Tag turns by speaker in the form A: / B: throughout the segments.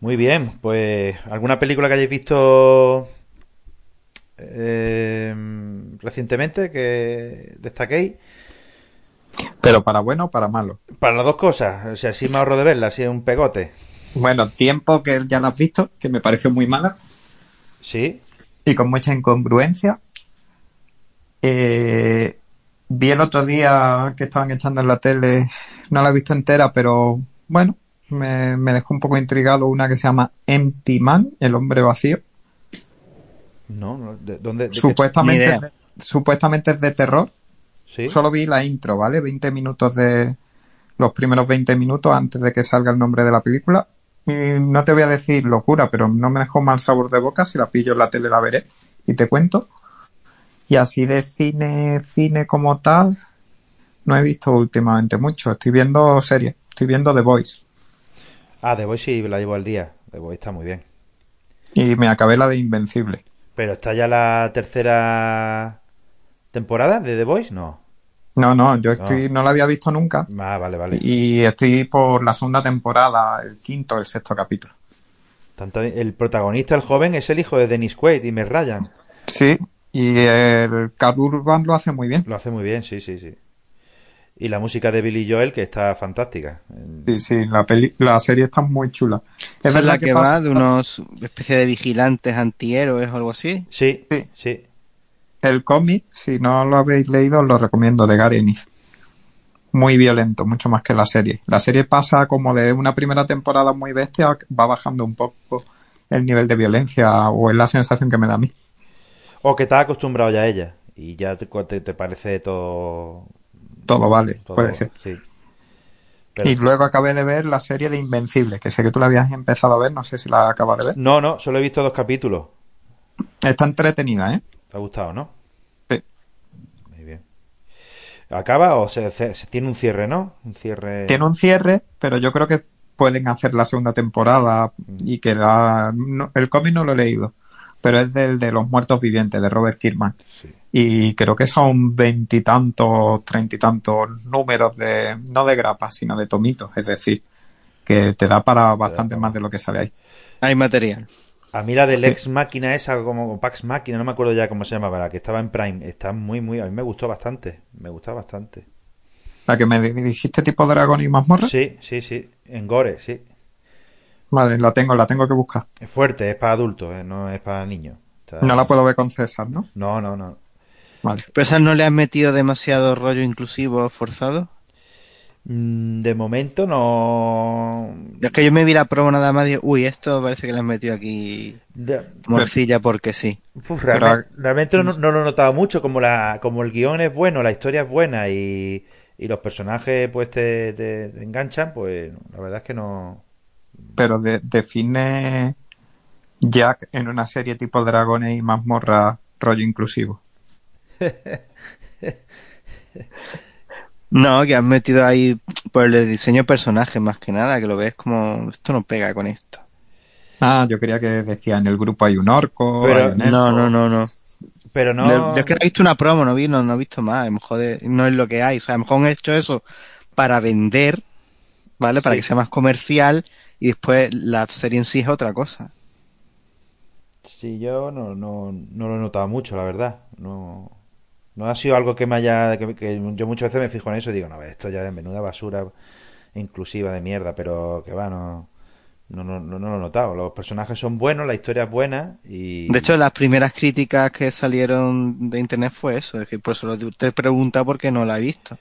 A: Muy bien, pues ¿alguna película que hayáis visto eh, recientemente que destaquéis?
B: Pero para bueno o para malo.
A: Para las dos cosas, o sea, sí me ahorro de verla, sí es un pegote.
B: Bueno, tiempo que ya la has visto, que me pareció muy mala.
A: Sí.
B: Y con mucha incongruencia. Eh, vi el otro día que estaban echando en la tele, no la he visto entera, pero bueno, me, me, dejó un poco intrigado una que se llama Empty Man, el hombre vacío.
A: No, no ¿de, dónde? De
B: supuestamente, es de, supuestamente es de terror.
A: ¿Sí?
B: Solo vi la intro, ¿vale? 20 minutos de. Los primeros 20 minutos antes de que salga el nombre de la película. Y no te voy a decir locura, pero no me dejó mal sabor de boca. Si la pillo en la tele la veré y te cuento. Y así de cine, cine como tal, no he visto últimamente mucho. Estoy viendo series. Estoy viendo The Voice.
A: Ah, The Voice sí la llevo al día. The Voice está muy bien.
B: Y me acabé la de Invencible.
A: ¿Pero está ya la tercera temporada de The Voice? No.
B: No, no, yo estoy, no. no la había visto nunca.
A: Ah, vale, Ah. vale.
B: Y estoy por la segunda temporada, el quinto, el sexto capítulo.
A: Tanto, el protagonista, el joven, es el hijo de Dennis Quaid y me rayan.
B: Sí, y el Carl Urban lo hace muy bien.
A: Lo hace muy bien, sí, sí, sí. Y la música de Billy Joel, que está fantástica.
B: Sí, sí, la, peli la serie está muy chula.
C: Es o sea, verdad la que, que pasa... va de unos especie de vigilantes antihéroes o algo así.
A: Sí, sí, sí.
B: El cómic, si no lo habéis leído, os lo recomiendo, de Gary Ennis. Muy violento, mucho más que la serie. La serie pasa como de una primera temporada muy bestia, va bajando un poco el nivel de violencia, o es la sensación que me da a mí.
A: O que estás acostumbrado ya a ella, y ya te, te, te parece todo
B: todo vale, todo, puede ser.
A: Sí.
B: Pero... Y luego acabé de ver la serie de Invencible, que sé que tú la habías empezado a ver, no sé si la acabas de ver.
A: No, no, solo he visto dos capítulos.
B: Está entretenida, ¿eh?
A: ¿Te ha gustado, no?
B: Sí.
A: Muy bien. ¿Acaba o se, se, se tiene un cierre, no? Un cierre...
B: Tiene un cierre, pero yo creo que pueden hacer la segunda temporada y que la... no, el cómic no lo he leído, pero es del de los muertos vivientes, de Robert Kirkman.
A: Sí
B: y creo que son veintitantos, treinta y tantos números de, no de grapas, sino de tomitos, es decir, que te da para bastante más de lo que sale ahí.
C: Hay material.
A: A mí la del ex máquina esa, como Pax Máquina, no me acuerdo ya cómo se llamaba, la que estaba en Prime, está muy, muy, a mí me gustó bastante, me gustó bastante.
B: ¿La que me dijiste tipo dragón y mazmorra?
A: Sí, sí, sí, en Gore, sí.
B: Vale, la tengo, la tengo que buscar.
A: Es fuerte, es para adultos, ¿eh? no es para niños.
B: Está... No la puedo ver con César, ¿no?
A: No, no, no.
C: Vale. ¿Pero esas no le has metido demasiado rollo inclusivo forzado?
A: Mm, De momento no.
C: Es que yo me vi la promo nada más y uy, esto parece que le han metido aquí de... morcilla porque sí.
A: Uf, realmente, Pero... realmente no, no, lo he notado mucho, como la, como el guión es bueno, la historia es buena y, y los personajes pues te, te, te, enganchan, pues la verdad es que no.
B: Pero de, define Jack en una serie tipo dragones y mazmorra rollo inclusivo.
C: No, que has metido ahí por el diseño personaje más que nada, que lo ves como esto no pega con esto.
B: Ah, yo quería que decía en el grupo hay un orco.
C: Pero,
B: hay un elfo.
C: no, no, no, no.
A: Pero no.
C: Yo es que no he visto una promo, no vi, no, no he visto más. A lo mejor de, no es lo que hay. O sea, a lo mejor han hecho eso para vender, ¿vale? Para sí. que sea más comercial y después la serie en sí es otra cosa.
A: Sí, yo no, no, no lo he notado mucho, la verdad. No. No ha sido algo que me haya. Que, que, yo muchas veces me fijo en eso y digo, no, esto ya es menuda basura inclusiva de mierda, pero que va, no. No, no, no, no lo he notado. Los personajes son buenos, la historia es buena y.
C: De hecho, las primeras críticas que salieron de internet fue eso. Es que por eso te pregunta por qué no la he visto.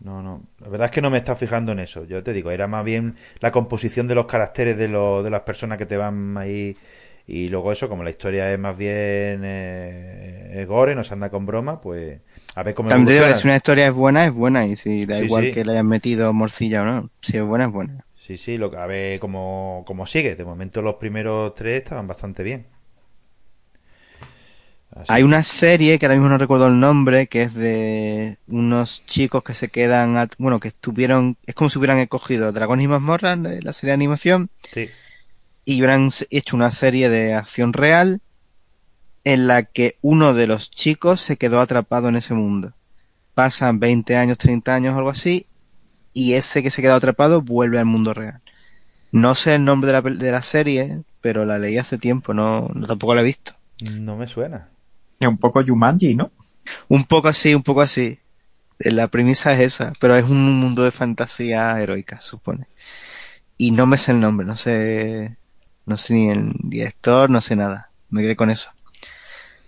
A: No, no. La verdad es que no me está fijando en eso. Yo te digo, era más bien la composición de los caracteres de, lo, de las personas que te van ahí. Y luego eso, como la historia es más bien eh, gore, nos anda con broma, pues a ver cómo...
C: También digo, si una historia es buena, es buena, y si da sí, igual sí. que le hayan metido morcilla o no, si es buena, es buena.
A: Sí, sí, lo, a ver cómo, cómo sigue. De momento los primeros tres estaban bastante bien. Así
C: Hay una serie que ahora mismo no recuerdo el nombre, que es de unos chicos que se quedan, at- bueno, que estuvieron, es como si hubieran cogido Dragones y mazmorras, la la serie de animación,
A: Sí,
C: y hubieran s- hecho una serie de acción real en la que uno de los chicos se quedó atrapado en ese mundo. Pasan 20 años, 30 años, algo así, y ese que se quedó atrapado vuelve al mundo real. No sé el nombre de la, pel- de la serie, pero la leí hace tiempo, no, no tampoco la he visto.
A: no me suena.
B: Y un poco Jumanji, ¿no?
C: Un poco así, un poco así. Eh, La premisa es esa, pero es un mundo de fantasía heroica, supone. Y no me sé el nombre, no sé, no sé ni el director, no sé nada. Me quedé con eso.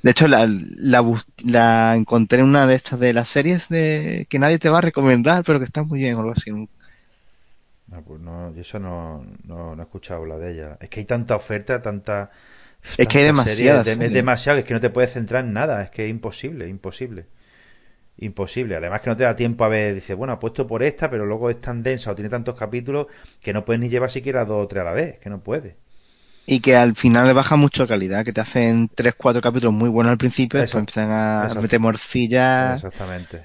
C: De hecho, la, la, bus- la encontré en una de estas de las series de que nadie te va a recomendar, pero que está muy bien o algo así.
A: No, pues no, yo eso no, no, no he escuchado hablar de ella. Es que hay tanta oferta, tanta.
C: Es que hay
A: tantas
C: demasiadas
A: series,
C: eh,
A: de-
C: series.
A: Es demasiado, es que no te puedes centrar en nada, es que es imposible, imposible. Imposible. Además que no te da tiempo a ver, dices, bueno, apuesto por esta, pero luego es tan densa o tiene tantos capítulos que no puedes ni llevar siquiera dos o tres a la vez, que no puedes.
C: Y que al final le baja mucho calidad, que te hacen tres, cuatro capítulos muy buenos al principio,
A: Eso.
C: después empiezan a
A: Eso.
C: meter morcillas.
A: Exactamente.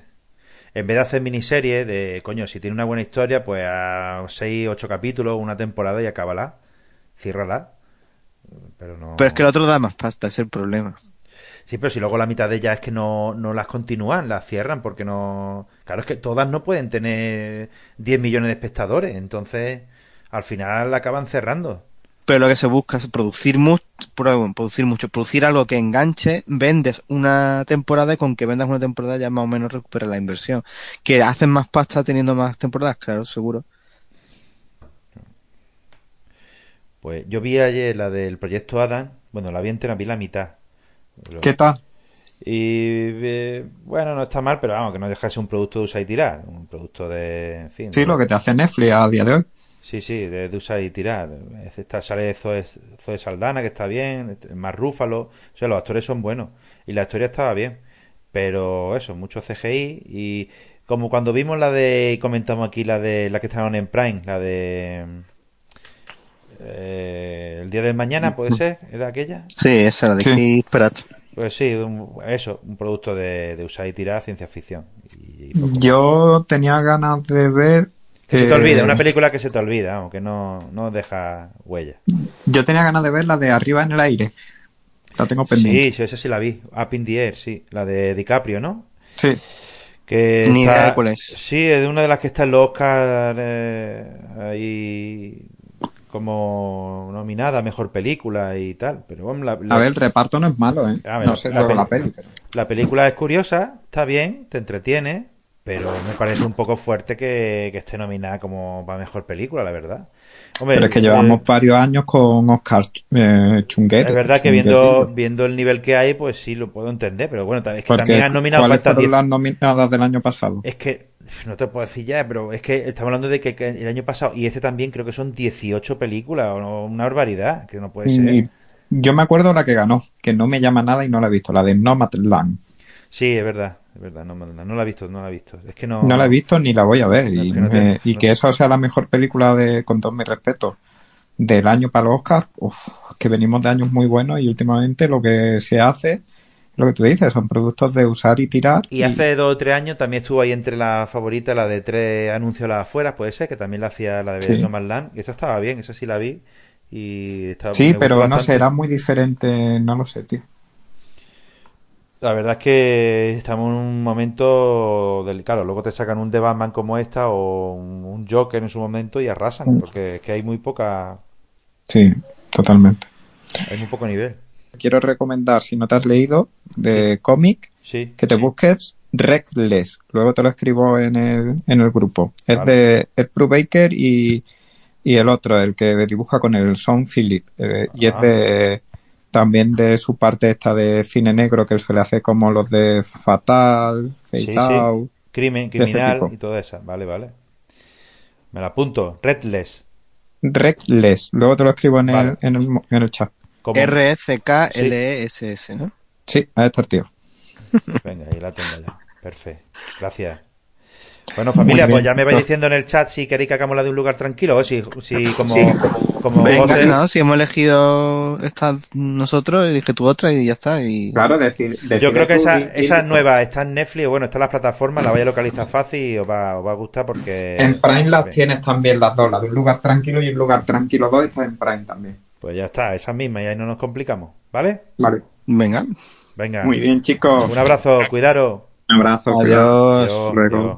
A: En vez de hacer miniseries de, coño, si tiene una buena historia, pues a seis, ocho capítulos, una temporada y acábala, ciérrala. Pero no.
C: Pero es que el otro da más pasta, es el problema.
A: Sí, pero si luego la mitad de ellas es que no, no las continúan, las cierran, porque no. Claro, es que todas no pueden tener 10 millones de espectadores, entonces al final la acaban cerrando.
C: Pero lo que se busca es producir mucho, producir mucho, producir algo que enganche, vendes una temporada y con que vendas una temporada ya más o menos recuperas la inversión. Que hacen más pasta teniendo más temporadas, claro, seguro.
A: Pues yo vi ayer la del proyecto Adam, bueno, la vi entera, vi la mitad. Pero-
B: ¿Qué tal?
A: Y eh, bueno, no está mal, pero vamos, que no dejase un producto de usar y tirar, un producto de, en fin,
B: Sí,
A: de-
B: lo que te hace Netflix a día de hoy.
A: Sí, sí, de, de usar y tirar. Es Esta sale Zoe, Zoe Saldana, que está bien, este, más Rúfalo. O sea, los actores son buenos. Y la historia estaba bien. Pero eso, mucho CGI. Y como cuando vimos la de, y comentamos aquí la de la que estaban en Prime, la de. eh, el día del mañana,
B: Mm.
A: ¿puede ser? ¿Era aquella?
C: Sí, esa la de
B: Sí.
C: Chris Pratt.
A: Pues sí, un- eso, un producto de, de usar y tirar, ciencia ficción. Y, y poco más.
B: Yo tenía ganas de ver.
A: Que se te
B: eh,
A: olvida, una película que se te olvida, aunque no, no deja huella.
B: Yo tenía ganas de ver la de Arriba en el Aire. La tengo pendiente.
A: Sí, sí, esa sí la vi. Up in the Air, sí. La de DiCaprio, ¿no?
B: Sí.
A: Que
C: Ni idea de cuál es.
A: Sí, es de una de las que está en los Oscar eh, ahí como nominada a mejor película y tal. Pero bueno, la, la-
B: A ver, el reparto no es malo, ¿eh?
A: A ver,
B: no sé
A: la
B: luego la
A: peli-
B: peli. pero-
A: la película es curiosa, está bien, te entretiene, pero me parece un poco fuerte que, que esté nominada como para mejor película, la verdad. Hombre,
B: Pero es que
A: eh,
B: llevamos varios años con Oscar eh, Chunguero.
A: Es verdad que
B: Chunguerillo.
A: viendo, viendo el nivel que hay, pues sí lo puedo entender, pero bueno, ta- es que
B: Porque,
A: también han nominado Eh,
B: ¿Cuáles
A: hasta 10.
B: fueron las nominadas del año pasado?
A: Es que no te puedo decir ya, pero es que estamos hablando de que, que el año pasado y este también creo que son 18 películas, o no- una barbaridad, que no puede ser.
B: Y yo me acuerdo la que ganó, que no me llama nada y no la he visto, la de Nomadland.
A: Sí, es verdad, es verdad, no, no, no la he visto, no la he visto. Es que no.
B: No la he visto ni la voy a ver.
A: No,
B: Y,
A: es que no te-
B: me- y
A: no.
B: que eso sea la mejor película de, con todo mi respeto, del año para los Oscars, uf, que venimos de años muy buenos y últimamente lo que se hace, lo que tú dices, son productos de usar y tirar.
A: Y hace dos o tres años también estuvo ahí entre la favorita, la de tres anuncios a las afueras, puede ser, que también la hacía la de
B: Sí.
A: Nomadland, y esa estaba bien, esa sí la vi. Y estaba, me
B: sí,
A: gustó
B: pero no
A: bastante.
B: será muy diferente, no lo sé, tío.
A: La verdad es que estamos en un momento delicado. Luego te sacan un The Batman como esta o un un Joker en su momento y
B: Mm.
A: arrasan, porque es que hay muy poca,
B: Sí, totalmente.
A: hay muy poco nivel.
B: Quiero recomendar, si no te has leído, de cómic,
A: Sí,
B: que te busques Reckless. Luego te lo escribo en el, en el grupo. Es
A: Vale.
B: de Ed Brubaker y, y el otro, el que dibuja con el Son Philip. eh, y es
A: Ah.
B: de también de su parte esta de cine negro que se le hace como los de Fatal, Fade
A: Sí, sí.
B: Out.
A: crimen,
B: de ese
A: criminal
B: tipo.
A: y todo eso. Vale, vale. Me la apunto. Redless.
B: Reckless. Luego te lo escribo en,
A: Vale.
B: el, en, el, mo- en el chat.
A: Como...
C: R-E-C-K-L-E-S-S, E, ¿no?
B: Sí, a este tío.
A: Venga, ahí la tengo ya. Perfecto. Gracias. Bueno, familia, pues ya me vais diciendo en el chat si queréis que hagamos la de un lugar tranquilo, o si, si como, como
C: Venga,
A: voces-
C: no, si hemos elegido esta nosotros, elige tú otra y ya está. Y...
D: Claro, decir.
A: Yo creo que esa, esa
D: nueva
A: nueva está en Netflix, o bueno, está en las plataformas, la vais a localizar fácil y os va, os va a gustar porque...
B: En Prime las
A: Bien.
B: tienes también las dos, la de un lugar tranquilo y un lugar tranquilo 2 está en Prime también.
A: Pues ya está, esa misma, y ahí no nos complicamos, ¿vale?
B: Vale.
C: Venga,
A: Venga.
D: Muy bien, chicos.
A: Un abrazo, cuidaros.
D: Un abrazo. cuidado.
C: adiós.
A: Adiós,
D: luego.
A: adiós.